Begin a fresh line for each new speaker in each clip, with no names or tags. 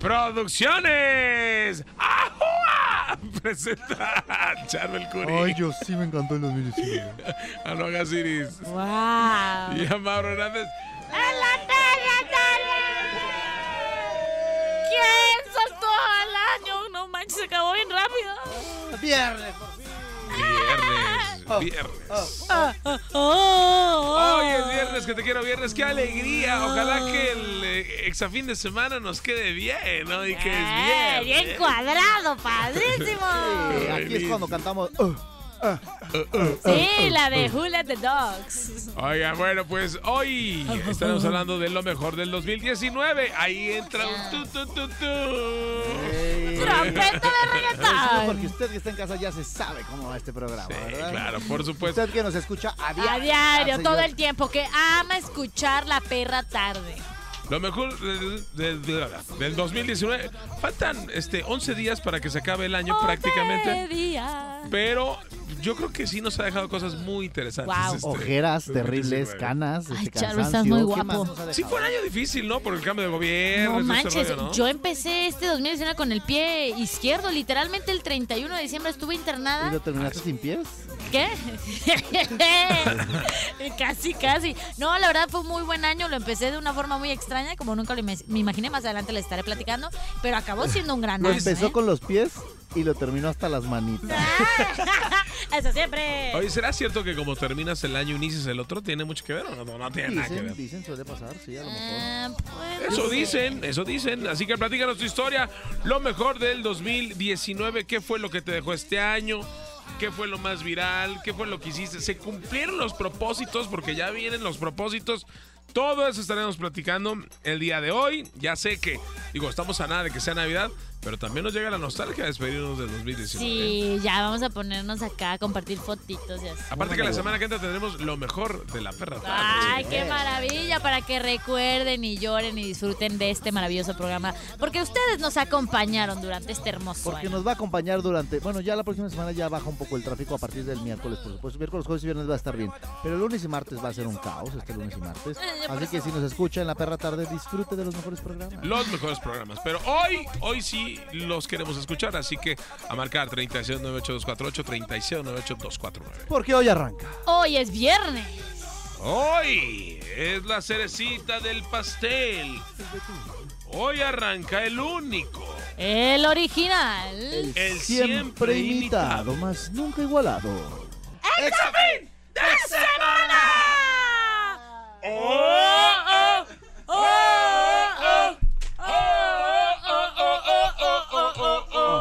Producciones. ¡Ajua! Presenta a Charo el Curi.
Ay, yo sí me encantó el 2019.
A Noga Ciris.
¡Wow!
Y a Mauro Hernández.
¡A la tarde, tarde! ¿Quién saltó al año? No manches, se acabó bien rápido.
Viernes, por fin.
Viernes. Viernes.
¡Oh!
Hoy es viernes, que te quiero viernes. ¡Qué alegría! Ojalá que el eh, exafín de semana nos quede bien, ¿no? Y que
Eh,
es
¡Bien
bien.
cuadrado! ¡Padrísimo!
Eh, aquí es cuando cantamos. "Ugh".
Sí, la de Julia the Dogs.
Oiga, bueno, pues hoy estaremos hablando de lo mejor del 2019. Ahí entra un tu, tu, tu, tu.
No,
¡Trompeta de
porque
reggaetón!
usted que está en casa ya se sabe cómo va este programa,
Sí,
¿verdad?
claro, Pues por supuesto.
Usted que nos escucha a diario.
A diario,
señor.
todo el tiempo, que ama escuchar la perra tarde.
Lo mejor de- de- de- del 2019. Faltan este 11 días para que se acabe el año prácticamente.
Once días.
Pero yo creo que sí nos ha dejado cosas muy interesantes.
Wow.
este,
Ojeras
2019.
terribles, canas,
Ay,
este
Charo, estás
cansancio.
muy
¿Qué más
guapo.
nos ha
Sí,
dejado?
fue un año difícil, ¿no? Por pues, el cambio de gobierno.
No
todo ese
manches,
rollo, ¿no?
yo empecé este 2019 con el pie izquierdo. Literalmente el 31 de diciembre estuve internada.
¿Y lo terminaste sin pies?
¿Qué? casi, casi. No, la verdad fue un muy buen año. Lo empecé de una forma muy extraña, como nunca lo ime- me imaginé. Más adelante le estaré platicando. Pero acabó siendo un gran
Lo
año.
empezó
¿eh?
con los pies y lo terminó hasta las manitas.
Eso siempre.
Oye, ¿será cierto que como terminas el año, inicias el otro? ¿Tiene mucho que ver o no? No, no tiene nada que
Dicen,
ver.
dicen, suele pasar, sí, a lo mejor.
Ah, pues,
Eso
no sé.
dicen, eso dicen. Así que platícanos tu historia. Lo mejor del 2019. ¿Qué fue lo que te dejó este año? ¿Qué fue lo más viral? ¿Qué fue lo que hiciste? ¿Se cumplieron los propósitos? Porque ya vienen los propósitos. Todo eso estaremos platicando el día de hoy. Ya sé que, digo, estamos a nada de que sea Navidad, pero también nos llega la nostalgia de despedirnos del 2019.
Sí, ya vamos a ponernos acá a compartir fotitos y así.
Aparte que la semana que entra tendremos lo mejor de la perra. tarde.
Ay, qué maravilla para que recuerden y lloren y disfruten de este maravilloso programa, porque ustedes nos acompañaron durante este hermoso
Porque
año.
nos va a acompañar durante. Bueno, ya la próxima semana ya baja un poco el tráfico a partir del miércoles, por supuesto. Miércoles, jueves y viernes va a estar bien. Pero el lunes y martes va a ser un caos, este lunes y martes.
Eh, yo por
Así que
eso-
si nos escucha en la perra tarde, disfrute de los mejores programas.
Los mejores programas. Pero hoy, hoy sí los queremos escuchar, así que a marcar 369824, 369824.
Porque hoy arranca.
Hoy es viernes.
Hoy es la cerecita del pastel. Hoy arranca el único.
El original.
El siempre imitado.
más nunca igualado.
¡Examen de semana!
¡Oh,
Oh,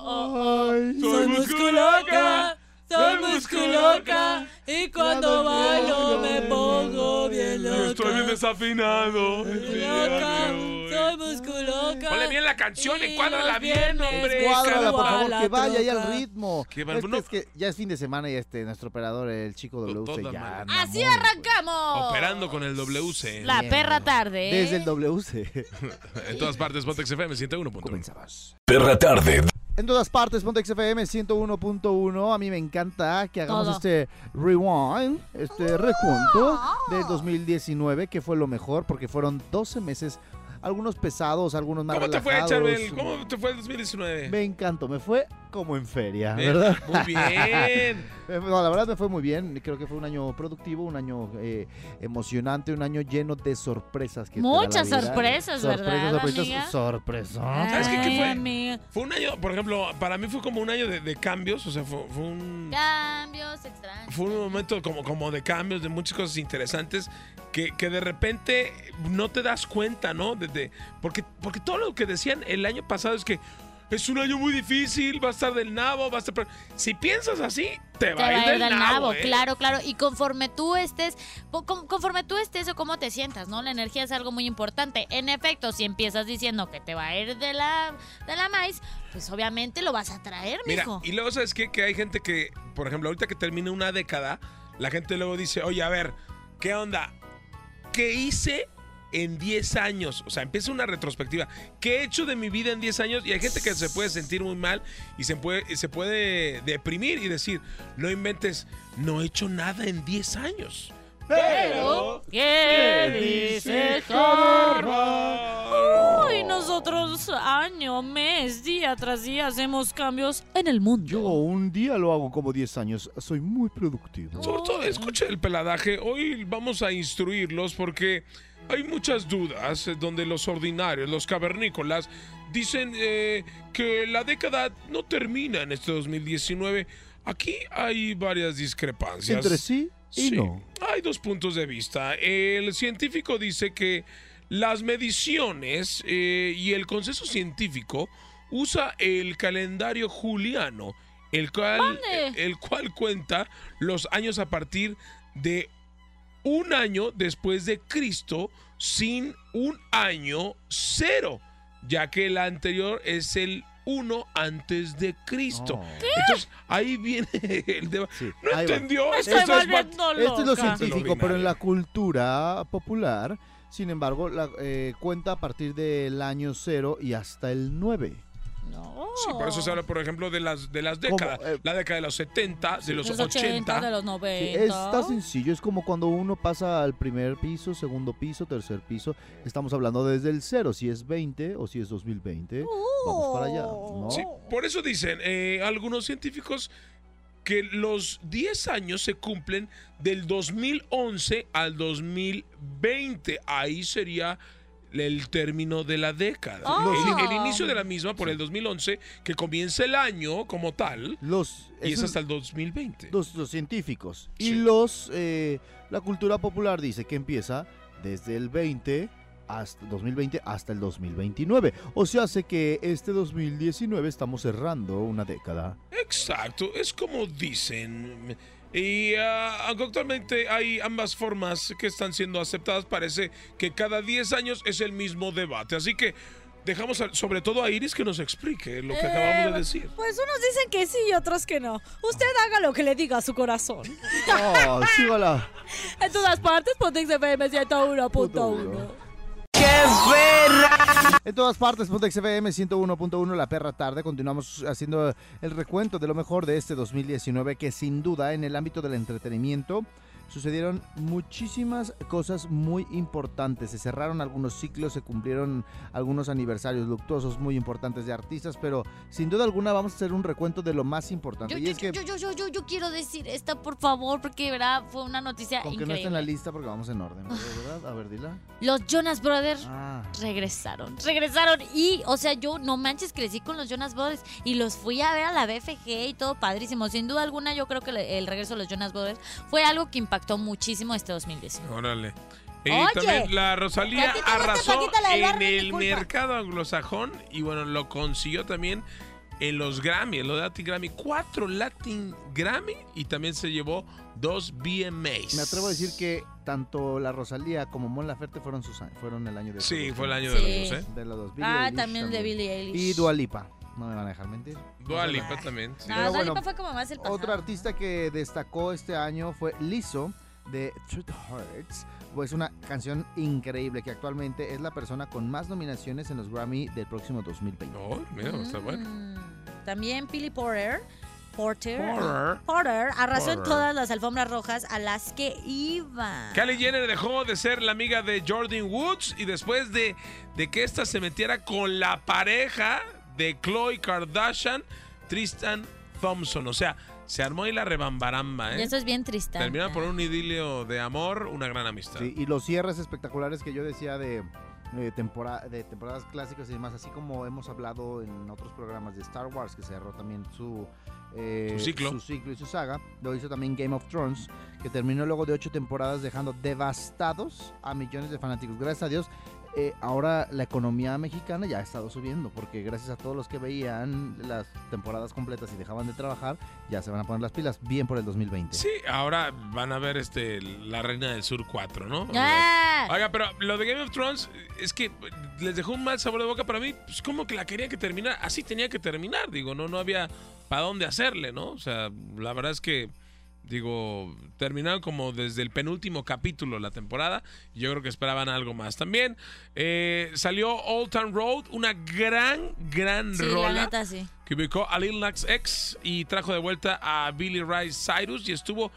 Soy musculoca, soy musculoca,
y
cuando bailo me pongo
bien
Estoy bien desafinado.
soy musculoca.
Ponle bien la canción,
Y
encuádrala
los
bien,
viernes
hombre.
cuadra
Cuádrala, por
Igual
favor,
la
que vaya ahí
troca.
al ritmo.
Que
Es,
alguno-
que, es que ya es fin de semana y este, nuestro operador, el chico
To-
WC,
toda madre.
ya. anda
Así
muy-
arrancamos.
Operando con el WC.
La perra tarde. ¿eh?
Desde el WC.
En todas partes, Botex FM 101.1.
Comenzamos.
Perra Tarde.
En todas partes, Pontex FM 101.1. A mí me encanta que hagamos
Todo.
este rewind, este rejunto del 2019, que fue lo mejor, porque fueron 12 meses, algunos pesados, algunos más
¿Cómo te fue,
relajados.
Charbel? ¿Cómo te fue el 2019?
Me encantó, me fue como en feria,
Eh,
¿verdad?
Muy bien.
Eh, No, la verdad me fue muy bien. Creo que fue un año productivo, un año eh, emocionante, un año lleno de sorpresas. Que te da la
Muchas
vida.
sorpresas, ¿verdad,
Sorpresas,
amiga?
sorpresas, sorpresón.
¿Sabes qué- qué
Ay,
fue?
amiga.
Fue un año, por ejemplo, para mí fue como un año de, de cambios, o sea, fue, fue un...
Cambios extraños.
Fue un momento como, como de cambios, de muchas cosas interesantes que, que de repente no te das cuenta, ¿no? De- de- porque, porque todo lo que decían el año pasado es que es un año muy difícil, va a estar del nabo, va a estar... Si piensas así, te
Te
va, a ir del nabo, ¿eh?
claro, claro. Y conforme tú estés, po- con- conforme tú estés o cómo te sientas, ¿no? La energía es algo muy importante. En efecto, si empiezas diciendo que te va a ir de la, de la maíz, pues obviamente lo vas a traer,
Mira,
mijo.
y luego sabes qué? que hay gente que, por ejemplo, ahorita que termina una década, la gente luego dice, oye, a ver, ¿qué onda? ¿Qué hice en 10 años? O sea, empieza una retrospectiva. ¿Qué he hecho de mi vida en 10 años? Y hay gente que se puede sentir muy mal y se puede, y se puede deprimir y decir, no inventes, no he hecho nada en 10 años.
Pero, ¿qué dice
¡Oh!
Uy, nosotros año, mes, día tras día hacemos cambios en el mundo.
Yo un día lo hago como 10 años. Soy muy productivo.
Sobre todo, escuchen el peladaje. Hoy vamos a instruirlos porque hay muchas dudas eh, donde los ordinarios, los cavernícolas, dicen eh, que la década no termina en este 2019. Aquí hay varias discrepancias.
Entre sí y
Sí.
no.
Hay dos puntos de vista. El científico dice que las mediciones eh, y el consenso científico usa el calendario juliano, el cual,
¿Dónde?
el cual cuenta los años a partir de un año después de Cristo sin un año cero, ya que el anterior es el uno antes de Cristo.
Oh.
Entonces ahí viene el debate.
Sí,
No
ahí va.
entendió.
Estoy
Esto es
volviendo
Esto es lo
loca.
científico, pero en la cultura popular, sin embargo, la, eh, cuenta a partir del año 0 y hasta el 9.
No.
Sí, por eso se habla, por ejemplo, de las, de las décadas.
Eh,
la década de los 70, de los,
Los
80.
80, de los
Sí,
90.
es tan sencillo, es como cuando uno pasa al primer piso, segundo piso, tercer piso. Estamos hablando desde el 0, si es 20 o si es 2020. Vamos para allá. ¿no?
Sí, por eso dicen eh, algunos científicos que los 10 años se cumplen del 2011 al 2020. Ahí sería el término de la década.
Ah.
El, el inicio de la misma por el 2011, que comienza el año como tal,
Los,
y es
esos-
hasta el 2020.
los, los científicos.
Sí.
Y los eh, la cultura popular dice que empieza desde el 20 hasta 2020 hasta el 2029. O sea, hace que este 2019 estamos cerrando una década.
Exacto, es como dicen. Y ah, aunque actualmente hay ambas formas que están siendo aceptadas. Parece que cada 10 años es el mismo debate. Así que dejamos a- sobre todo a Iris que nos explique lo que acabamos de decir.
Pues unos dicen que sí y otros que no. Usted haga lo que le diga a su corazón.
Oh, sígala.
En todas partes, Pontex FM 101.1.
En todas partes, Pontex FM 101.1, La Perra Tarde. Continuamos haciendo el recuento de lo mejor de este 2019, que sin duda en el ámbito del entretenimiento sucedieron muchísimas cosas muy importantes. Se cerraron algunos ciclos, se cumplieron algunos aniversarios luctuosos muy importantes de artistas, pero sin duda alguna vamos a hacer un recuento de lo más importante.
Yo,
y
yo,
es que,
yo, yo, yo, yo, yo quiero decir esta, por favor, porque de verdad fue una noticia
con que
increíble.
no está en la lista porque vamos en orden, ¿verdad? A ver, dila.
Los Jonas Brothers
Ah.
regresaron, regresaron y, o sea, yo no manches, crecí con los Jonas Brothers y los fui a ver a la BFG y todo padrísimo. Sin duda alguna, yo creo que le- el regreso de los Jonas Brothers fue algo que impactó muchísimo este 2019.
Órale. Y
Oye,
también la Rosalía
a ti te gusta
arrasó
Paquita la del
en
Barrio, mi
el
culpa.
mercado anglosajón y bueno, lo consiguió también en los Grammy, en los Latin Grammy. Cuatro Latin Grammy y también se llevó dos BMAs.
Me atrevo a decir que tanto la Rosalía como Mon Laferte fueron sus años- fueron el año de
Sí,
esos
fue el
dos,
año
Sí.
de los dos, ¿eh?
de los dos. Billie
Ah,
Eilish
también de Billie Eilish.
Y Dualipa, no me van a dejar mentir.
Dua Lipa también. sí.
No,
Pero
Ah, Dua
bueno,
Lipa fue como más el pasado.
Otro artista que destacó este año fue Lizzo de Truth Hurts. Pues una canción increíble que actualmente es la persona con más nominaciones en los Grammy del próximo 2020.
No, mira, está
Ah.
bueno.
Mm, También Billy Porter. Porter.
Porter.
Porter arrasó en
Porter.
todas las alfombras rojas a las que iba.
Kylie Jenner dejó de ser la amiga de Jordan Woods y después de, de que ésta se metiera con la pareja de Khloe Kardashian, Tristan Thompson. O sea, se armó ahí la rebambaramba,
Y
¿eh?
eso es bien triste.
Terminaron por un idilio de amor, una gran amistad.
Sí, y los cierres espectaculares que yo decía de, eh, tempora- de temporadas clásicas y demás, así como hemos hablado en otros programas de Star Wars, que cerró también su, eh,
Su ciclo.
y su saga, lo hizo también Game of Thrones, que terminó luego de ocho temporadas dejando devastados a millones de fanáticos. Gracias a Dios, eh, ahora la economía mexicana ya ha estado subiendo, porque gracias a todos los que veían las temporadas completas y dejaban de trabajar, ya se van a poner las pilas bien por el 2020.
Sí, ahora van a ver este La Reina del Sur 4, ¿no?
¡Ah!
Oiga, pero lo de Game of Thrones es que les dejó un mal sabor de boca para mí. Pues como que la quería que terminara. Así tenía que terminar, digo, no, no había para dónde hacerle, ¿no? O sea, la verdad es que, digo, terminaron como desde el penúltimo capítulo de la temporada. Yo creo que esperaban algo más también. Eh, salió Old Town Road, una gran, gran
Sí,
rola
la neta sí.
que ubicó a Lil Nas X y trajo de vuelta a Billy Ray Cyrus y estuvo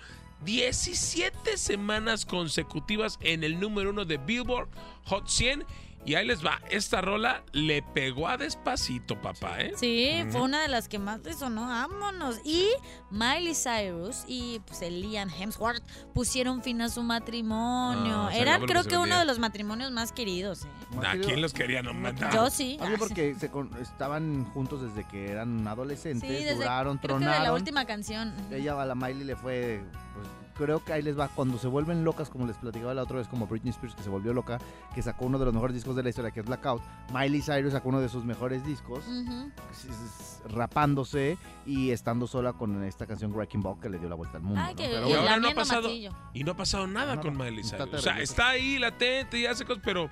17 semanas consecutivas en el número uno de Billboard Hot 100 y ahí les va, esta rola le pegó a despacito, papá, ¿eh?
Sí, fue una de las que más resonó. Vámonos. Y Miley Cyrus y pues, el Liam Hemsworth pusieron fin a su matrimonio.
Ah, se
Eran
acabó lo que
creo
se
que uno
vendía.
de los matrimonios más queridos. ¿eh?
¿A quién los quería no mandar?
Yo sí.
Algo
Ah, sí.
porque se con- estaban juntos desde que eran adolescentes,
Sí, desde-
duraron,
creo que de la
tronaron.
última canción.
Ella a la Miley le fue, pues, creo que ahí les va, cuando se vuelven locas, como les platicaba la otra vez, como Britney Spears que se volvió loca, que sacó uno de los mejores discos de la historia, que es Blackout, Miley Cyrus sacó uno de sus mejores discos,
Ujú.
s- s- rapándose y estando sola con esta canción Wrecking Ball que le dio la vuelta al mundo.
Ay,
¿no?
que
Pero
y
bueno,
ahora no ha
lamiendo
pasado.
martillo.
Y no ha pasado nada
Nada,
con Miley
está
Cyrus. O sea,
terrible.
está ahí latente y hace cosas, pero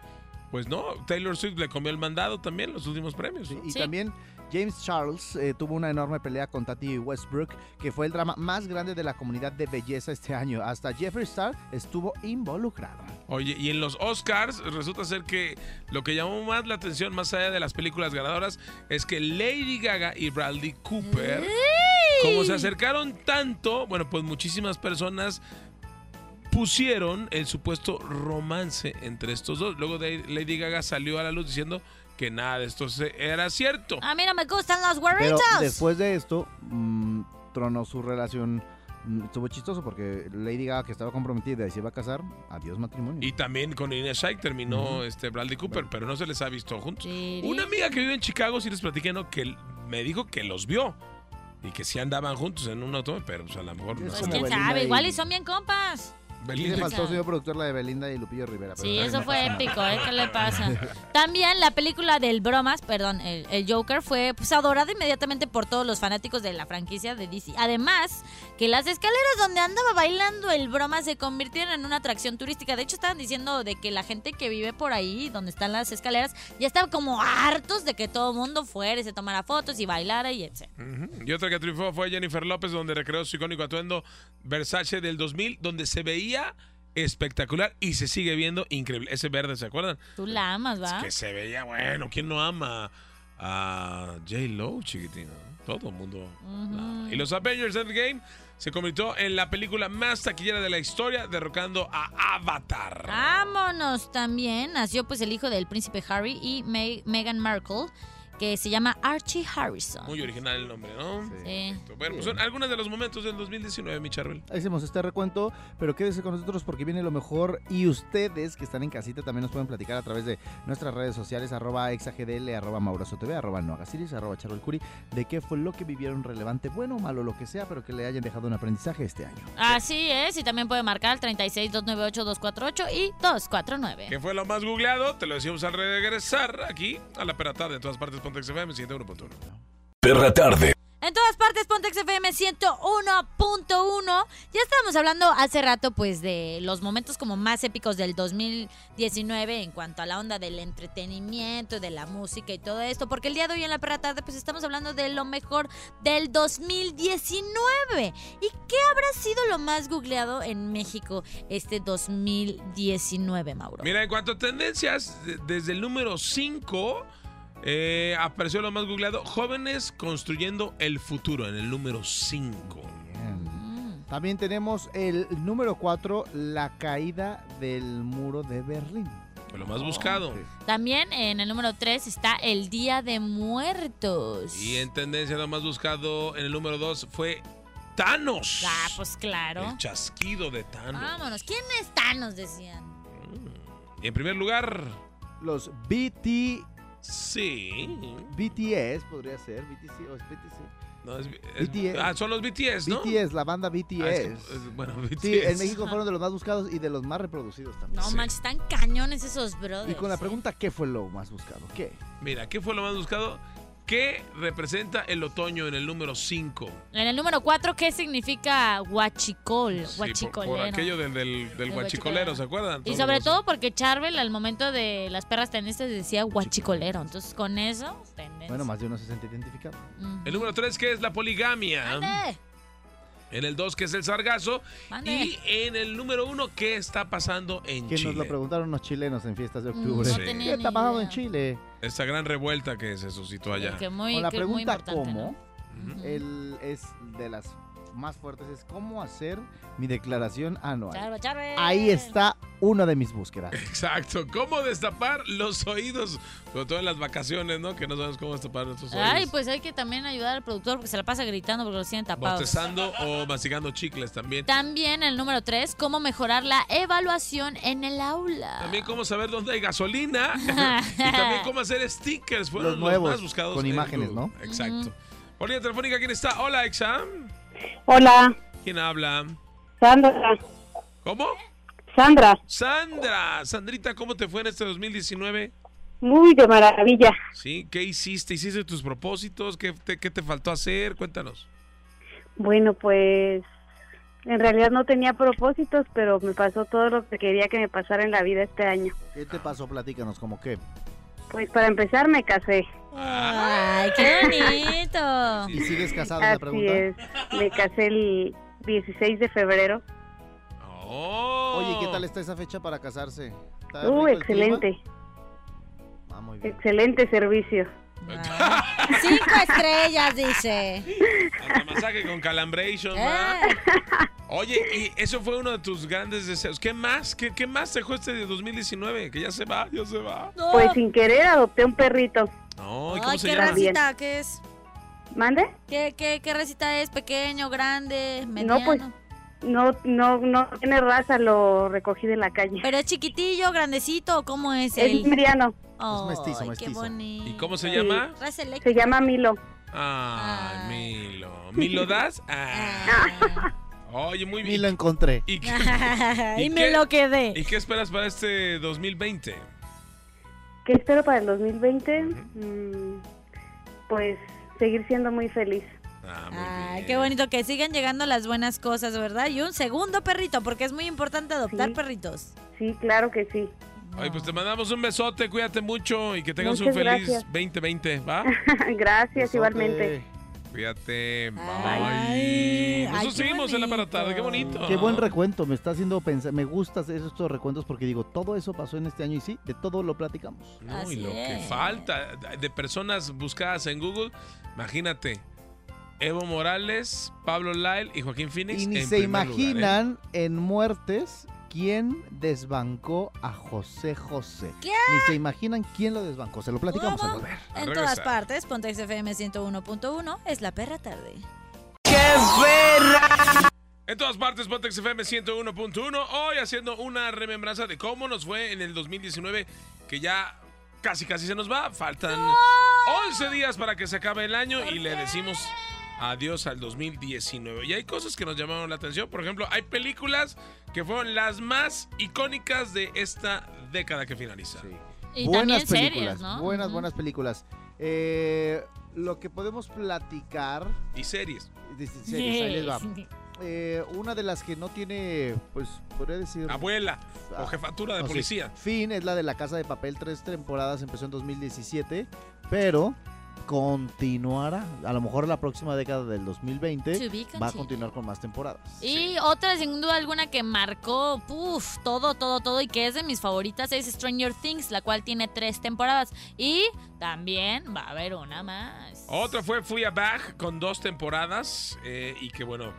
pues no, Taylor Swift le comió el mandado también los últimos premios. ¿no?
y
Sí.
también James Charles eh, tuvo una enorme pelea con Tati Westbrook, que fue el drama más grande de la comunidad de belleza este año. Hasta Jeffree Star estuvo involucrado.
Oye, y en los Oscars resulta ser que lo que llamó más la atención, más allá de las películas ganadoras, es que Lady Gaga y Bradley Cooper, como se acercaron tanto, bueno, pues muchísimas personas pusieron el supuesto romance entre estos dos. Luego de ahí, Lady Gaga salió a la luz diciendo que nada de esto se- era cierto.
Ah, mira, me gustan las
Pero
guarritas.
después de esto, mm, tronó su relación. Mm, Estuvo chistoso porque Lady Gaga, que estaba comprometida y se iba a casar, adiós matrimonio.
Y también con Inés Shayk terminó
Ujú.
este Bradley Cooper, pero no se les ha visto juntos.
Tiri.
Una amiga que vive en Chicago, si les platiqué, ¿no? que l- me dijo que los vio y que sí andaban juntos en un automóvil, pero pues, a lo mejor.
Es
no.
Pues
como
quién
Belinda
sabe,
y-
igual y son bien compas.
Y
Belinda-
le faltó
Belinda.
señor productor la de Belinda y Lupillo Rivera. pero
Pues,
Sí,
también
eso
no
fue
pasa nada.
épico, ¿eh? ¿Qué le pasa? También la película del Bromas, perdón, el, el Joker, fue pues, adorada inmediatamente por todos los fanáticos de la franquicia de DC. Además, que las escaleras donde andaba bailando el Bromas se convirtieron en una atracción turística. De hecho, estaban diciendo de que la gente que vive por ahí, donde están las escaleras, ya estaba como hartos de que todo el mundo fuera y se tomara fotos y bailara y etc.
Ujú. Y otra que triunfó fue Jennifer López, donde recreó su icónico atuendo Versace del 2000, donde se veía espectacular y se sigue viendo increíble. Ese verde, ¿se acuerdan?
Tú la amas, ¿va?
Que se veía, bueno, ¿quién no ama a J-Lo, chiquitino? Todo el mundo. la ama.
Mm.
Y los Avengers Endgame se convirtió en la película más taquillera de la historia, derrocando a Avatar.
Vámonos también. Nació pues el hijo del príncipe Harry y Me- Meghan Markle, que se llama Archie Harrison.
Muy original el nombre, ¿no?
Sí.
Bueno, pues son algunos de los momentos del 2019, mi Charbel.
Hicimos este recuento, pero quédese con nosotros porque viene lo mejor y ustedes que están en casita también nos pueden platicar a través de nuestras redes sociales, arroba exagdl, arroba maurasotv, arroba noagasiris, arroba charolcuri, de qué fue lo que vivieron relevante, bueno o malo, lo que sea, pero que le hayan dejado un aprendizaje este año.
Así es, y también puede marcar al 36 298 248 y 249.
Que fue lo más googleado, te lo decimos al regresar aquí a la perata de todas partes. Pontex FM 101.1.
Perra tarde.
En todas partes, Pontex FM 101.1. Ya estábamos hablando hace rato, pues, de los momentos como más épicos del 2019 en cuanto a la onda del entretenimiento, de la música y todo esto. Porque el día de hoy en la perra tarde, pues, estamos hablando de lo mejor del 2019. ¿Y qué habrá sido lo más googleado en México este 2019, Mauro?
Mira, en cuanto a tendencias, de- desde el número 5 apareció lo más googleado, jóvenes construyendo el futuro, en el número 5.
Mm.
También tenemos el número 4, la caída del muro de Berlín.
Fue lo más buscado.
También en el número 3 está el Día de Muertos.
Y en tendencia lo más buscado en el número 2 fue Thanos.
Ah, pues Ah, claro.
El chasquido de Thanos.
Vámonos. ¿Quién está? Nos decían.
Y en primer lugar,
Los BT,
sí.
BTS, podría ser, BTC, o es BTC.
No, es- es-
BTS.
Ah, son los BTS, ¿no?
BTS, la banda BTS.
Ah, es que- es- bueno, BTS.
Sí, en México fueron de los más buscados y de los más reproducidos también.
No
Sí.
manches, están cañones esos brothers.
Y con la
¿eh?
pregunta, ¿qué fue lo más buscado? ¿Qué?
Mira, ¿qué fue lo más buscado? ¿Qué representa el otoño en el número 5?
En el número 4, ¿qué significa huachicol?
por,
Huachicolero.
aquello del, del, del
El
guachicolero,
guachicolero.
¿se acuerdan?
y
Todos
sobre
los-
todo porque Charvel al momento de las perras tendencias decía huachicolero. Entonces con eso, tendencia.
Bueno, más de uno se siente identificado.
Ujú.
El número 3, que es la poligamia.
Mande,
En el 2, que es el sargazo.
mande.
Y en el número 1, ¿qué está pasando en
Que nos lo
Chile?
preguntaron unos chilenos en fiestas de
Mm,
octubre.
no
tenía
¿Qué
ni
está pasando
idea.
en Chile?
Esta gran revuelta que se suscitó allá.
Que muy,
Con la
que muy
pregunta
importante,
¿cómo?
¿no?
Ujú.
Ujú.
el- es de las más fuertes, es cómo hacer mi declaración anual.
Charvel, Charvel.
Ahí está una de mis búsquedas.
Exacto. ¿Cómo destapar los oídos? Sobre todo en las vacaciones, ¿no? Que no sabemos cómo destapar nuestros oídos.
Ay, pues hay que también ayudar al productor porque se la pasa gritando porque lo tienen tapados.
Bostezando o masticando chicles también.
También el número 3, cómo mejorar la evaluación en el aula.
También cómo saber dónde hay gasolina. y también cómo hacer stickers. Fueron los,
Los nuevos,
más buscados.
con
en
imágenes,
Google.
¿no?
Exacto. Por línea telefónica, ¿quién está? Hola, exam.
Hola,
¿Quién habla?
Sandra.
¿Cómo?
Sandra,
Sandra. Sandrita, ¿cómo te fue en este 2019?
muy de maravilla.
¿Sí? ¿Qué hiciste? ¿Hiciste tus propósitos? ¿Qué te, qué te faltó hacer? Cuéntanos.
Bueno, pues en realidad no tenía propósitos, pero me pasó todo lo que quería que me pasara en la vida este año.
¿Qué te pasó? Platícanos, ¿cómo qué?
Pues para empezar me casé.
Ah. Ay, qué bonito.
¿Y sigues casado? es la
Así
pregunta.
es, me casé el 16 de febrero.
Oh.
Oye, ¿qué tal está esa fecha para casarse? ¿Está rico
Uh,
el
excelente,
clima? Ah, muy bien.
excelente servicio.
Ay, Cinco estrellas, dice.
Hasta masaje con calambration, ¿va?
Eh,
Oye, y eso fue uno de tus grandes deseos. ¿Qué más? ¿Qué, qué más te dejó este de 2019? Que ya se va, ya se va.
no.
Pues sin querer adopté un perrito.
No, ¿y
Ay,
¿cómo se
qué
llama?
rabia.
recita, ¿qué es?
¿Mande?
¿Qué, qué, qué recita es? ¿Pequeño, grande, mediano?
No, pues- No, no, no tiene raza, lo recogí de la calle.
¿Pero es chiquitillo, grandecito o cómo es
Es
él?
mediano,
Ay,
mestizo,
Qué
mestizo.
bonito.
¿Y cómo se llama?
Raza eléctrica.
se llama Milo.
Ah,
Ay.
Milo. ¿Milo das? Ah.
Ah.
Oye, muy
Y
bien.
lo encontré.
¿Y qué,
y
¿Y
me
qué?
lo quedé.
y qué esperas para este 2020?
¿Qué espero para el 2020? Mm, pues seguir siendo muy feliz.
Ah, muy
Ay,
bien.
qué bonito que sigan llegando las buenas cosas, ¿verdad? Y un segundo perrito, porque es muy importante adoptar
Sí.
perritos.
Sí, claro que sí.
Ay, pues te mandamos un besote, cuídate mucho y que tengas un
Muchas
feliz
gracias.
2020, ¿va?
Pues,
Gracias, igualmente.
Cuídate. Bye.
Ay, ay, qué
Nosotros seguimos en la para
bonito.
tarde, qué bonito.
Qué buen recuento, me está haciendo pensar, me gustan estos recuentos porque digo, todo eso pasó en este año y sí, de todo lo platicamos.
No, y
Así
lo que
es.
falta de personas buscadas en Google, imagínate. Evo Morales, Pablo Lyle y Joaquín Phoenix.
Y ni
en
se
primer lugar, ¿eh?
imaginan en muertes quién desbancó a José José.
¿Qué?
Ni se imaginan quién lo desbancó. Se lo platicamos
¿Cómo?
al volver.
En
¿eh? A
todas
regresar.
partes, Pontex FM 101.1 es la perra tarde.
En todas partes, Pontex FM 101.1. Hoy haciendo una remembranza de cómo nos fue en el 2019, que ya casi casi se nos va. Faltan 11 días para que se acabe el año y le decimos adiós al 2019. Y hay cosas que nos llamaron la atención. Por ejemplo, hay películas que fueron las más icónicas de esta década que finaliza.
Y
buenas
también
películas,
series, ¿no?
buenas,
Ujú.
buenas películas. Eh, lo que podemos platicar,
Y series.
de series, ahí les va.
Sí.
Eh, una de las que no tiene, pues, podría decir...
Abuela o
ah,
jefatura de
no sé,
policía.
Fin es la de La Casa de Papel, tres temporadas, empezó en 2017, pero continuará. A lo mejor la próxima década del 2020
To be
va a
continued.
continuar con más temporadas.
Y otra, sin duda alguna, que marcó puf, todo, todo, todo y que es de mis favoritas es Stranger Things, la cual tiene tres temporadas. Y también va a haber una más.
Otra fue Fui a Bach con dos temporadas eh, y que bueno,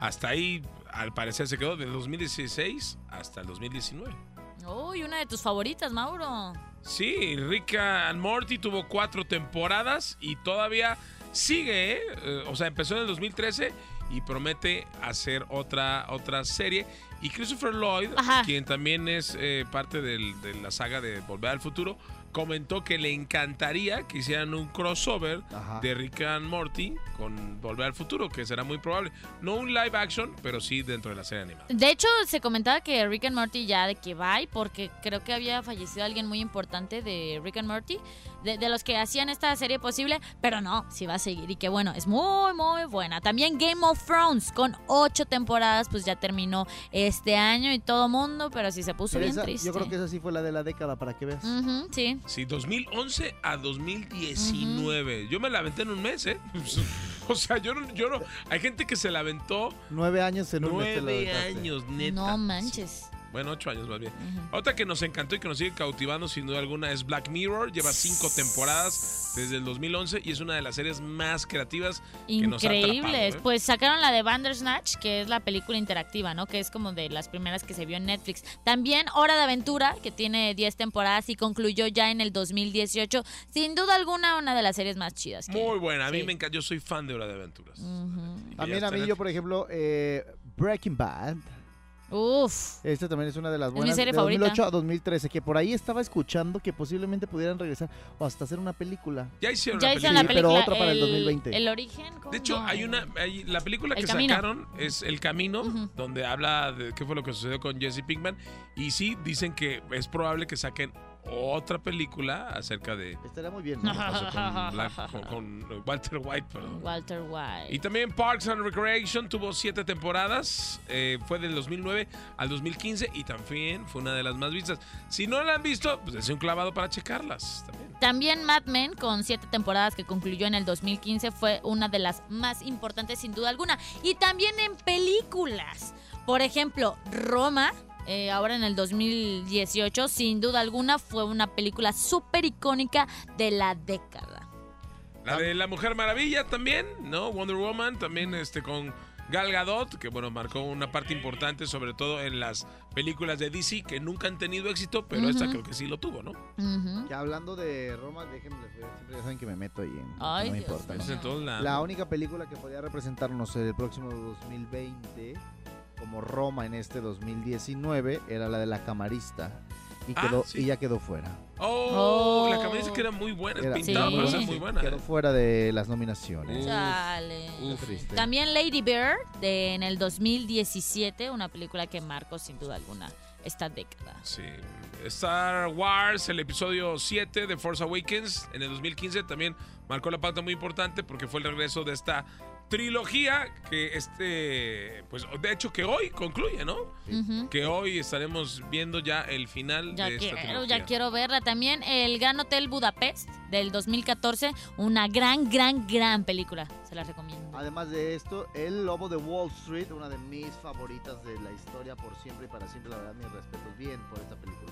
hasta ahí al parecer se quedó del 2016 hasta el 2019.
Uy, una de tus favoritas, Mauro.
Sí, Rick and Morty tuvo cuatro temporadas y todavía sigue, ¿eh? Eh, o sea, empezó en el 2013 y promete hacer otra, otra serie. Y Christopher Lloyd,
Ajá.
quien también es eh, parte del- de la saga de Volver al Futuro, comentó que le encantaría que hicieran un crossover
Ajá.
de Rick and Morty con Volver al Futuro, que será muy probable. No un live action, pero sí dentro de la serie animada.
De hecho, se comentaba que Rick and Morty ya de que va, porque creo que había fallecido alguien muy importante de Rick and Morty, de, de los que hacían esta serie posible, pero no, sí va a seguir y que bueno, es muy, muy buena. También Game of Thrones, con ocho temporadas, pues ya terminó este año y todo mundo, pero sí se puso
Pero
bien
esa-
triste. Mm.
yo creo que esa sí fue la de la década, para que veas.
Ujú, sí.
Sí, 2011 a 2019. Yo me la aventé en un mes, ¿eh? o sea, yo no, yo no. Hay gente que se la aventó
Nueve años en un mes te lo
nueve
aventaste.
años, neta.
No manches.
Bueno, ocho años más bien.
Ujú.
Otra que nos encantó y que nos sigue cautivando sin duda alguna es Black Mirror. Lleva cinco temporadas desde el 2011 y es una de las series más creativas que nos ha atrapado,
Increíbles.
¿eh?
Pues sacaron la de Bandersnatch, que es la película interactiva, ¿no? Que es como de las primeras que se vio en Netflix. También Hora de Aventura, que tiene 10 temporadas y concluyó ya en el 2018. Sin duda alguna, una de las series más chidas. que-
Muy buena. A mí
sí. Mm.
me encanta. Yo soy fan de Hora de Aventuras.
Ujú.
Y ya
También a
está
mí, yo,
en Netflix.
por ejemplo, eh, Breaking Bad.
Uf.
Esta también es una de las
Es mi
buenas.
serie
de
favorita.
2008 a 2013, que por ahí estaba escuchando que posiblemente pudieran regresar o hasta hacer una película.
Ya hicieron
Ya
la
hicieron
película.
la
Sí,
película.
pero otra para el 2020.
El origen. ¿cómo?
De hecho,
No,
hay
el-
una. hay- la película
El
que
Camino.
sacaron es El Camino,
Ujú.
donde habla de qué fue lo que sucedió con Jesse Pinkman. Y sí, dicen que es probable que saquen otra película acerca de.
Estaría muy bien. ¿no?
lo que pasó con, Black- con- con Walter White, perdón.
Walter
Y
White.
también Parks and Recreation tuvo siete temporadas, eh, fue del 2009 al 2015 y también fue una de las más vistas. Si no la han visto, pues es un clavado para checarlas también.
También Mad Men, con siete temporadas que concluyó en el 2015, fue una de las más importantes sin duda alguna. Y también en películas. Por ejemplo, Roma, eh, ahora en el 2018, sin duda alguna fue una película súper icónica de la década.
La de La Mujer Maravilla también, ¿no? Wonder Woman también este con Gal Gadot, que bueno, marcó una parte importante sobre todo en las películas de DC que nunca han tenido éxito, pero esta
Ujú.
creo que sí lo tuvo, ¿no?
Ujú.
Que hablando de Roma, déjenme, siempre ya saben que me meto ahí. en-
Ay,
no me
Dios
importa.
mío.
¿no?
Entonces, entonces, la-
La única película que podía representarnos el próximo 2020, como Roma en este 2019, era la de la camarista. Y,
Ah,
quedó,
sí.
y ya quedó fuera.
Oh,
Oh.
la camisa que era muy buena,
Era-
pintada
Sí.
para ser
Sí.
muy buena. eh. Uh.
Quedó fuera de las nominaciones.
Uf,
Chale.
uf.
Triste.
También Lady Bird, de, en el 2017, una película que marcó sin duda alguna esta década.
Sí. Star Wars, el episodio 7 de Force Awakens en el 2015 también marcó la pauta muy importante porque fue el regreso de esta trilogía que este pues de hecho que hoy concluye, ¿no?
Ujú.
Que hoy estaremos viendo ya el final
Ya
de esta
quiero,
trilogía.
ya quiero verla también. El Gran Hotel Budapest del 2014, una gran, gran, gran película. Se la recomiendo.
Además de esto, El Lobo de Wall Street, una de mis favoritas de la historia por siempre y para siempre. La verdad, mis respetos bien por esta película.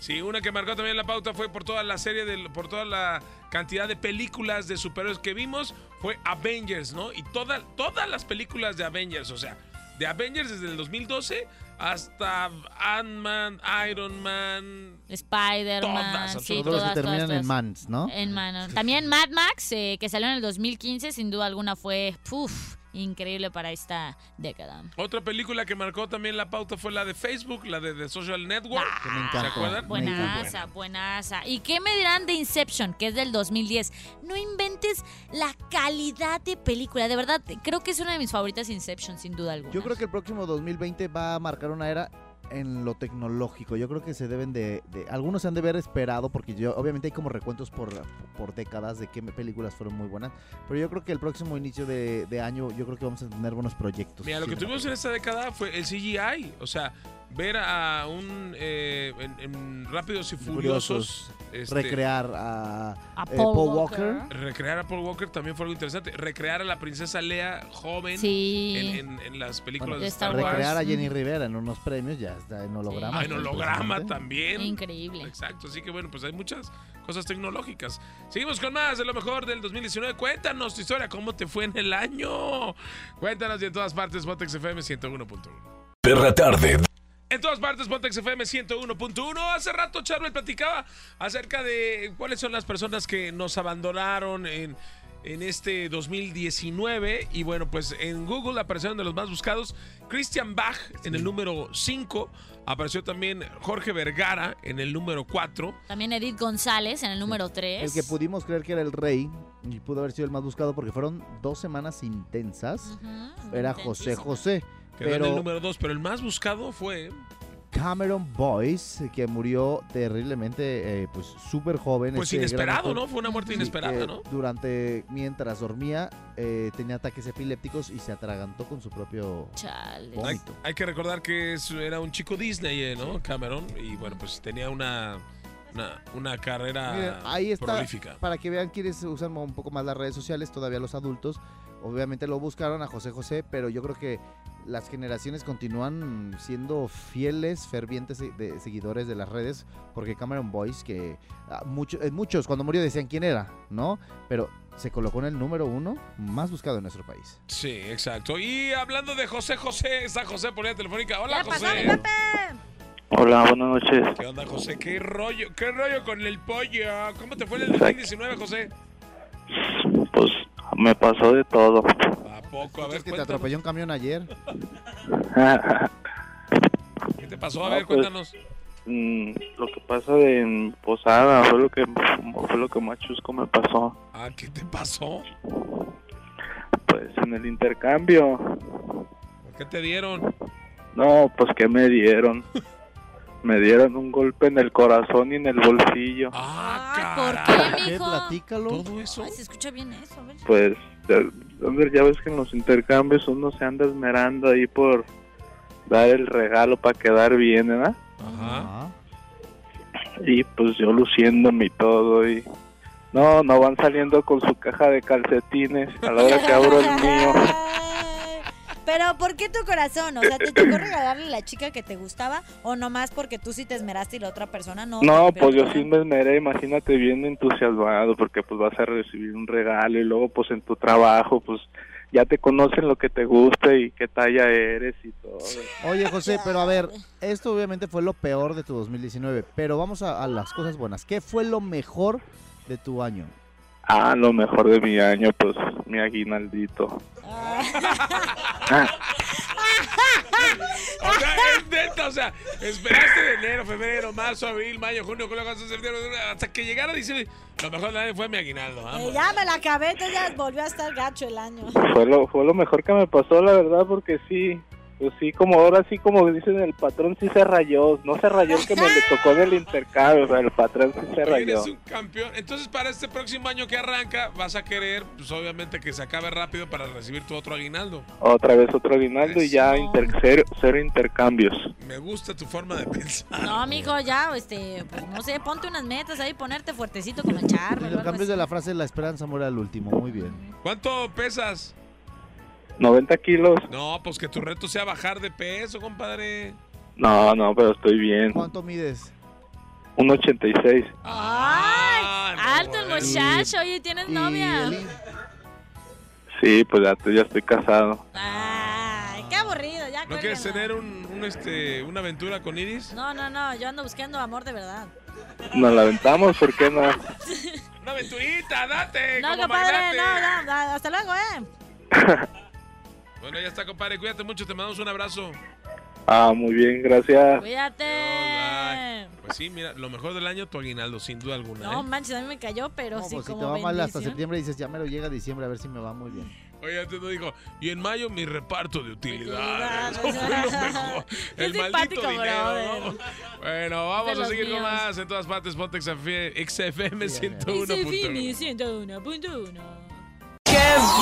Sí, una que marcó también la pauta fue por toda la serie de, por toda la cantidad de películas de superhéroes que vimos fue Avengers, ¿no? Y toda- todas las películas de Avengers, o sea, de Avengers desde el 2012 hasta Ant-Man, Iron Man,
Spider-Man,
Todas,
sí,
absolutamente.
todas,
Todos los que terminan
todas,
en
todas. Eh,
Mans, ¿no?
En mano. También Mad Max, eh, que salió en el 2015, sin duda alguna fue puf, increíble para esta década.
Otra película que marcó también la pauta fue la de Facebook, la de The Social Network.
Que me
¿Se
encantó.
acuerdan?
Me encantó.
Buenaza, buenaza. ¿Y qué me dirán de Inception, que es del 2010? No inventes la calidad de película. De verdad, creo que es una de mis favoritas Inception, sin duda alguna.
Yo creo que el próximo 2020 va a marcar una era en lo tecnológico. Yo creo que se deben de, de- algunos se han de haber esperado porque yo obviamente hay como recuentos por, por décadas de qué películas fueron muy buenas, pero yo creo que el próximo inicio de, de año yo creo que vamos a tener buenos proyectos.
Mira, lo que tuvimos en esta década fue el CGI, o sea, ver a un eh, en, en Rápidos y Furiosos,
Furiosos,
este,
recrear a
A
eh, Paul Walker.
recrear a Paul Walker también fue algo interesante, recrear a la princesa Lea joven
Sí.
en, en- en las películas
bueno,
de Star Wars,
recrear a Jenny
Ujú.
Rivera en unos premios ya está en holograma.
Ah, en
está
holograma
impresionante.
también.
Increíble.
Exacto, así que bueno, pues hay muchas cosas tecnológicas. Seguimos con más de lo mejor del 2019. Cuéntanos tu historia, cómo te fue en el año. Cuéntanos y en todas partes, Botex FM 101.1.
Perra tarde.
En todas partes, Botex FM 101.1. Hace rato Charbel platicaba acerca de cuáles son las personas que nos abandonaron en, en este 2019. Y bueno, pues en Google aparecieron de los más buscados Christian Bach en el número 5. Apareció también Jorge Vergara en el número 4.
También Edith González en el número 3.
El que pudimos creer que era el rey y pudo haber sido el más buscado porque fueron dos semanas intensas. Era José José.
Quedó en el
Pero
número 2, pero el más buscado fue
Cameron Boyce, que murió terriblemente, eh, pues súper joven.
pues
este gran
inesperado,
actor.
¿no? Fue una muerte
Sí, eh,
inesperada,
que
¿no?
Durante, mientras dormía, eh, tenía ataques epilépticos y se atragantó con su propio...
Chale.
Ay,
Hay,
vómito.
hay que recordar que es- era un chico Disney, eh, ¿no? Cameron. Y bueno, pues tenía una, una, una carrera
Miren, ahí está,
prolífica.
para que vean quiénes usan un poco más las redes sociales, todavía los adultos. Obviamente lo buscaron a José José, pero yo creo que las generaciones continúan siendo fieles, fervientes se- de- seguidores de las redes, porque Cameron Boyce, que ah, mucho- eh, muchos cuando murió decían quién era, ¿no? Pero se colocó en el número uno más buscado en nuestro país.
Sí, exacto. Y hablando de José José, está José por la telefónica. Hola,
Ya
José.
pasó mi papá.
Hola, buenas noches.
¿Qué onda, José? ¿Qué rollo? ¿Qué rollo con el pollo? ¿Cómo te fue en el 2019, José?
Pues me pasó de todo.
¿A poco? A ver,
Es que te
cuéntanos.
atropelló un camión ayer.
¿Qué te pasó? A
No,
ver,
pues-
cuéntanos.
Mm, lo que pasa de en Posada fue lo que fue lo que más chusco me pasó.
Ah, ¿qué te pasó?
Pues en el intercambio.
¿Por qué te dieron?
No, pues que me dieron. Me dieron un golpe en el corazón y en el bolsillo.
Ah,
Ah,
caray.
¿por qué,
¿Qué?
mijo?
Platícalo.
¿Todo eso?
Ay, se escucha bien eso, a ver.
Pues ya- Ander, ya ves que en los intercambios uno se anda esmerando ahí por dar el regalo para quedar bien, ¿verdad?
Ajá.
Ah,
Y pues yo luciéndome y todo y no, no van saliendo con su caja de calcetines a la hora que abro el mío.
Ay, Pero ¿por qué tu corazón? O sea, ¿te tocó regalarle a la chica que te gustaba o nomás porque tú sí te esmeraste y la otra persona no?
No,
Pero-
pues yo sí me esmeré, imagínate bien entusiasmado porque pues vas a recibir un regalo y luego pues en tu trabajo pues ya te conocen lo que te gusta y qué talla eres y todo.
Oye, José, pero a ver, esto obviamente fue lo peor de tu 2019, pero vamos a, a las cosas buenas. ¿Qué fue lo mejor de tu año?
Ah, lo mejor de mi año pues mi aguinaldito.
Ah. O sea, es neta, o sea, esperaste de enero, febrero, marzo, abril, mayo, junio, julio, agosto, septiembre, octubre, hasta que llegara diciembre. Lo mejor de año fue mi aguinaldo.
Eh,
vamos.
ya me la acabé, entonces ya volvió a estar gacho el año.
Fue lo, fue lo mejor que me pasó, la verdad, porque sí, pues sí, como ahora sí, como dicen el patrón, sí se rayó. No se rayó el que me le tocó en el intercambio, pero el patrón sí se rayó.
Eres un campeón. Entonces, para este próximo año que arranca, vas a querer, pues obviamente, que se acabe rápido para recibir tu otro aguinaldo.
Otra vez otro aguinaldo y ya
Eso.
inter- cero, cero intercambios.
Me gusta tu forma de pensar.
No, mijo, ya, este, pues no sé, ponte unas metas ahí, ponerte fuertecito como el charro.
Y
o algo
Los cambios
así.
de la frase la esperanza muere al último, muy bien.
¿Cuánto pesas?
90 kilos.
No, pues que tu reto sea bajar de peso, compadre.
No, no, pero estoy bien.
¿Cuánto mides?
Un 86.
Ay,
Ah, no,
alto el
bueno.
muchacho, oye, ¿tienes
Y
novia?
el-
Sí, pues ya, te- ya estoy casado.
Ay, qué aburrido, ya
¿No quieres
cuélguenla.
tener un, un, este, una aventura con Iris?
No, no, no, yo ando buscando amor de verdad.
Nos lamentamos, ¿por qué no?
¡Una aventurita! ¡Date!
No,
Eh, como
compadre,
magnate.
no, no, no, hasta luego, eh.
Bueno, ya está, compadre. Cuídate mucho. Te mandamos un abrazo.
Ah, muy bien, gracias.
Cuídate.
Pues sí, mira, lo mejor del año, tu aguinaldo, sin duda alguna.
No
¿eh?
manches, a mí me cayó, pero
No,
sí
pues si
como
te va mal hasta
bendición.
septiembre dices, ya me lo llega diciembre, a ver si me va muy bien.
Oye, antes no dijo, y en mayo mi reparto de utilidades.
Utilidades.
Eso fue lo mejor.
Qué
El maldito
simpático,
dinero.
brother.
¿no? Bueno,
Es
vamos
de
a
los
seguir con
míos.
más. En todas partes, ponte XF- XFM
Sí, ya, ya.
Y soy Fini,
101.1.
101.1.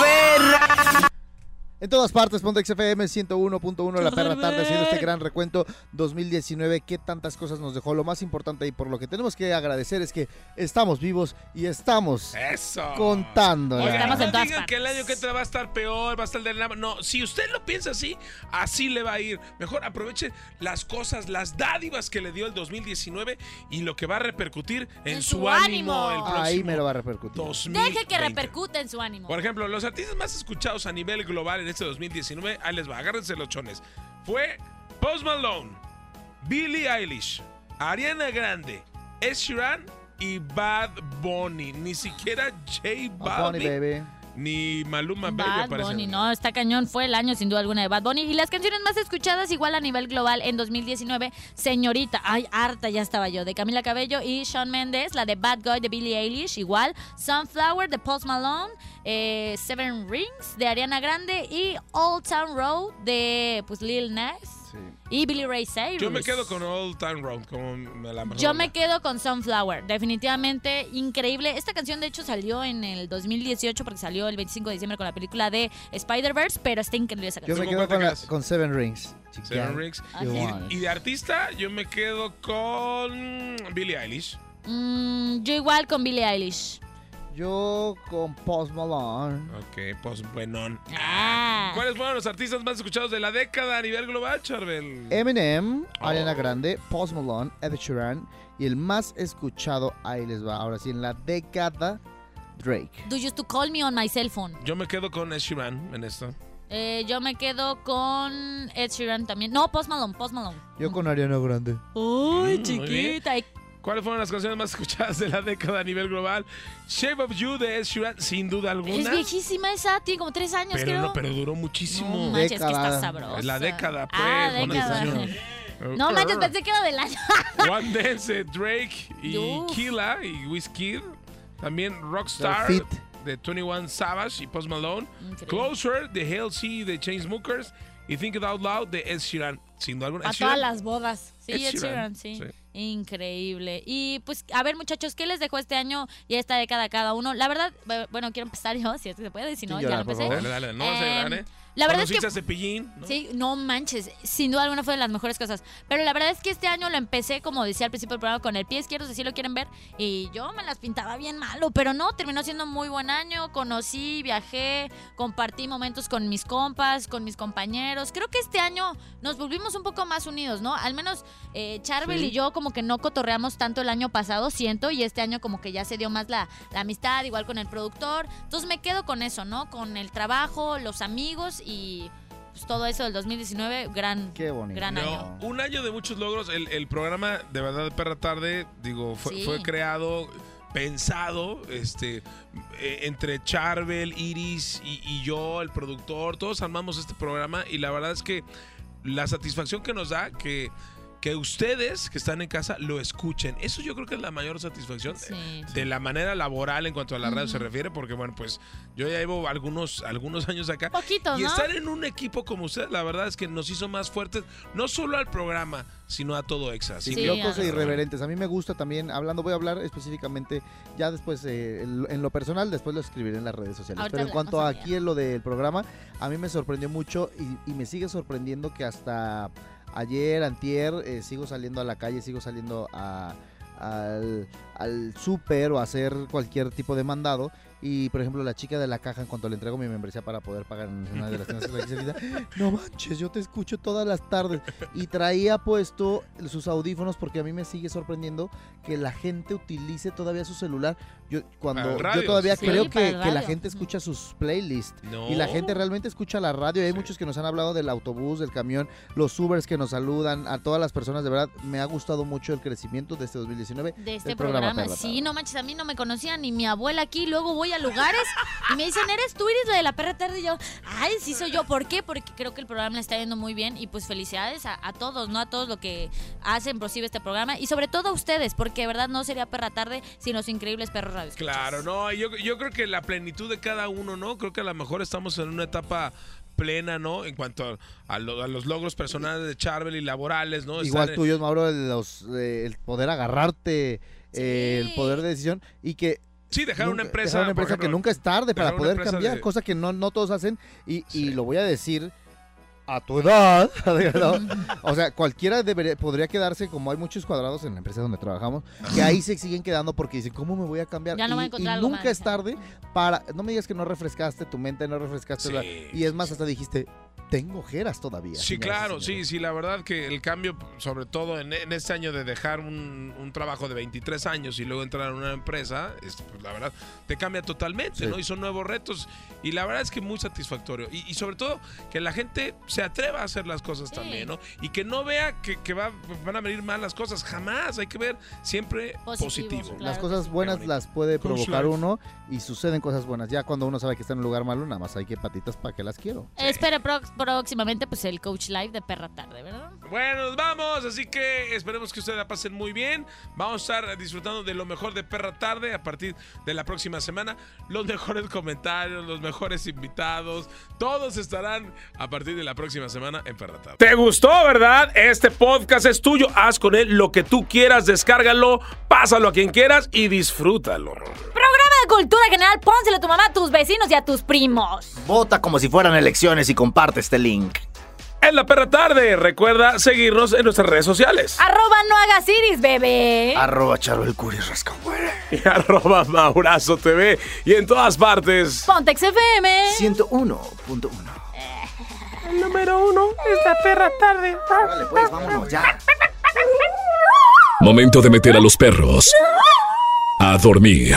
En todas partes, Ponte XFM 101.1, la perra
Joder,
tarde, haciendo este
ver.
gran recuento 2019, qué tantas cosas nos dejó. Lo más importante y por lo que tenemos que agradecer es que estamos vivos y estamos
Eso.
contando.
Oye, Estamos
no
en todas
digan que Eh, el año que
partes.
te va a estar peor, va a estar del nabo. No, si usted lo piensa así, así le va a ir. Mejor aproveche las cosas, las dádivas que le dio el 2019 y lo que va a repercutir en,
En
su
su
ánimo
ánimo.
el próximo
Ahí me lo va a repercutir.
2020.
Deje que repercute en su ánimo.
Por ejemplo, los artistas más escuchados a nivel global en este 2019, ahí les va, agárrense los chones. Fue Post Malone, Billie Eilish, Ariana Grande, Ed Sheeran y Bad Bunny. Ni siquiera J
Bad Bunny,
Balvin
Oh, baby.
ni Maluma Baby
Bad
aparece.
Bunny, no, está cañón. Fue el año sin duda alguna de Bad Bunny. Y las canciones más escuchadas, igual a nivel global en 2019, Señorita, ay, harta ya estaba yo, de Camila Cabello y Shawn Mendes, la de Bad Guy de Billie Eilish, igual, Sunflower de Post Malone, eh, Seven Rings de Ariana Grande y Old Town Road de pues, Lil Nas y Billy Ray Cyrus.
Yo me quedo con All Time Round, como me la
Yo me quedo con Sunflower, definitivamente increíble. Esta canción de hecho salió en el 2018 porque salió el 25 de diciembre con la película de Spider-Verse, pero está increíble esa
Yo
canción.
me
¿Cómo
quedo con, la-
cuántas?
con Seven Rings.
Seven
Chiquita,
Rings.
you
Así es.
want
Y
it.
de artista, yo me quedo con Billie Eilish.
Mm, yo igual con Billie Eilish.
Yo con Post Malone.
Ok, pues buenón.
Ah.
¿Cuáles fueron los artistas más escuchados de la década a nivel global, Charbel?
Eh. Eminem,
Oh.
Ariana Grande, Post Malone, Ed Sheeran y el más escuchado, ahí les va, ahora sí, en la década, Drake.
Do you used to call me on my cell phone?
Yo me quedo con Ed Sheeran en esto.
Eh, yo me quedo con Ed Sheeran también. No, Post Malone, Post Malone.
Yo con Ariana Grande.
Uy,
Mm, muy
chiquita. y-
¿Cuáles fueron las canciones más escuchadas de la década a nivel global? Shape of You de Ed Sheeran, sin duda
Es
alguna.
viejísima esa, tiene como tres años,
pero,
creo.
no, pero duró muchísimo.
No manches, que está
Década.
sabrosa.
Es la década, pues.
Ah,
con
década.
razón.
No
Ah.
manches, pensé que era del año.
One Dance de Drake y
Uf.
Killa y Wizkid. También Rockstar
The Fit.
de 21 Savage y Post Malone.
Increíble.
Closer de Halsey de Chainsmokers. Y Think It Out Loud de Ed Sheeran. Sin duda alguna. Ed
A
Sheeran,
todas las bodas. Sí,
Ed
Ed
Sheeran,
Sheeran, sí.
sí.
Increíble. Y pues, a ver, muchachos, ¿qué les dejó este año y esta década a cada uno? La verdad, bu- bueno, quiero empezar yo, si es que se puede, si no,
Sin
ya
llorar,
lo
por
empecé.
Dale, dale, no, se
Em,
gane.
la verdad es
Conociste
que-
a Cepillín, ¿no?
Sí, no manches, sin duda alguna fue de las mejores cosas. Pero la verdad es que este año lo empecé, como decía al principio del programa, con el pie izquierdo, si sí lo quieren ver. Y yo me las pintaba bien malo, pero no, terminó siendo muy buen año. Conocí, viajé, compartí momentos con mis compas, con mis compañeros. Creo que este año nos volvimos un poco más unidos, ¿no? Al menos eh, Charbel y yo como que no cotorreamos tanto el año pasado, siento, y este año como que ya se dio más la, la amistad, igual con el productor. Entonces me quedo con eso, ¿no? Con el trabajo, los amigos y pues, todo eso del 2019, gran,
Qué bonito.
gran año.
No, un año de muchos logros. El, el programa de verdad de Perra Tarde, digo, fue,
Sí.
fue creado, pensado, este, eh, entre Charbel, Iris y, y yo, el productor, todos armamos este programa y la verdad es que la satisfacción que nos da que que ustedes que están en casa lo escuchen. Eso yo creo que es la mayor satisfacción
Sí.
de la manera laboral en cuanto a la radio se refiere, porque bueno, pues yo ya llevo algunos, algunos años acá.
Poquito,
Y
¿no?
estar en un equipo como usted, la verdad es que nos hizo más fuertes, no solo al programa, sino a todo Exa. Así
Sí,
que-
Locos
a
e
ver.
irreverentes. A mí me gusta también, hablando, voy a hablar específicamente ya después eh, en lo- en lo personal, después lo escribiré en las redes sociales.
Ahorita
Pero en cuanto a
hablamos,
aquí en lo del programa, a mí me sorprendió mucho y, y me sigue sorprendiendo que hasta ayer, antier, eh, sigo saliendo a la calle, sigo saliendo a- al, al súper o a hacer cualquier tipo de mandado. Y por ejemplo, la chica de la caja, en cuanto le entrego mi membresía para poder pagar en una de las tiendas que está aquí cerquita, no manches, yo te escucho todas las tardes. Y traía puesto sus audífonos porque a mí me sigue sorprendiendo que la gente utilice todavía su celular. Yo,
Para
cuando,
el radio,
yo todavía
sí.
creo
Sí,
que,
para el
que la
radio.
gente escucha sus playlists.
No.
Y la gente realmente escucha la radio. Hay muchos que nos han hablado del autobús, del camión, los Ubers que nos saludan, a todas las personas. De verdad, me ha gustado mucho el crecimiento de este 2019.
de este
del
programa.
Perla
Sí,
Tarde.
no manches, a mí no me conocía ni mi abuela aquí. Luego voy a lugares y me dicen, ¿eres tú, eres la de la perra tarde? Y yo, ay, sí soy yo. ¿Por qué? Porque creo que el programa le está yendo muy bien. Y pues felicidades a, a todos, ¿no? A todos lo que hacen posible este programa. Y sobre todo a ustedes, porque de verdad no sería perra tarde sin los increíbles perros radio.
Claro, no, yo, yo creo que la plenitud de cada uno, ¿no? Creo que a lo mejor estamos en una etapa plena, ¿no? En cuanto a, a lo- a los logros personales de Charbel y laborales, ¿no?
Igual
Estar eh, en-
tuyos, Mauro, el, los, eh, el poder agarrarte, eh,
Sí.
el poder de decisión y que
Sí, dejar una
Nunca-
empresa.
dejar una
por
empresa que
ejemplo.
nunca es tarde
dejar
para
una
poder
empresa
cambiar,
de-
cosa que no, no todos hacen. Y,
Sí.
y lo voy a decir a tu edad. ¿no? O sea, cualquiera debería- podría quedarse, como hay muchos cuadrados en la empresa donde trabajamos, que ahí se siguen quedando porque dicen, ¿cómo me voy a cambiar?
Ya
y
no voy a encontrar
y
algo
nunca
más,
es tarde para. No me digas que no refrescaste tu mente, no refrescaste.
Sí.
la- y es más, hasta dijiste. tengo ojeras todavía.
Sí,
señoras y
claro,
señores.
sí, sí, la verdad que el cambio, sobre todo en, en este año de dejar un, un trabajo de 23 años y luego entrar a una empresa, es, pues, la verdad, te cambia totalmente,
Sí.
¿no? Y son nuevos retos y la verdad es que muy satisfactorio. Y, y sobre todo que la gente se atreva a hacer las cosas también, ¿no? Y que no vea que, que va- van a venir mal las cosas, jamás, hay que ver siempre positivo.
Positivo, claro.
Las
que
cosas
sí.
buenas
Qué bonito.
las puede
Coach
provocar
Life.
uno y suceden cosas buenas. Ya cuando uno sabe que está en un lugar malo, nada más hay que patitas para que las quiero.
Espera prox- próximamente pues el Coach Live de Perra Tarde, ¿verdad?
Bueno, nos vamos, así que esperemos que ustedes la pasen muy bien. Vamos a estar disfrutando de lo mejor de Perra Tarde a partir de la próxima semana. Los mejores comentarios, los mejores invitados, todos estarán a partir de la próxima semana en Perra Tarde. ¿Te gustó, verdad? Este podcast es tuyo. Haz con él lo que tú quieras, descárgalo, pásalo a quien quieras y disfrútalo.
Programa de Cultura General, pónselo a tu mamá, a tus vecinos y a tus primos.
Vota como si fueran elecciones y comparte este link.
En la Perra Tarde, recuerda seguirnos en nuestras redes sociales.
Arroba no hagas iris, bebé.
Arroba Charo el Curis Rascahuele.
Y arroba Maurazo TV y en todas partes.
Pontex FM.
101.1.
Número uno es la perra tarde.
Vale, pues vámonos ya.
Momento de meter a los perros a dormir.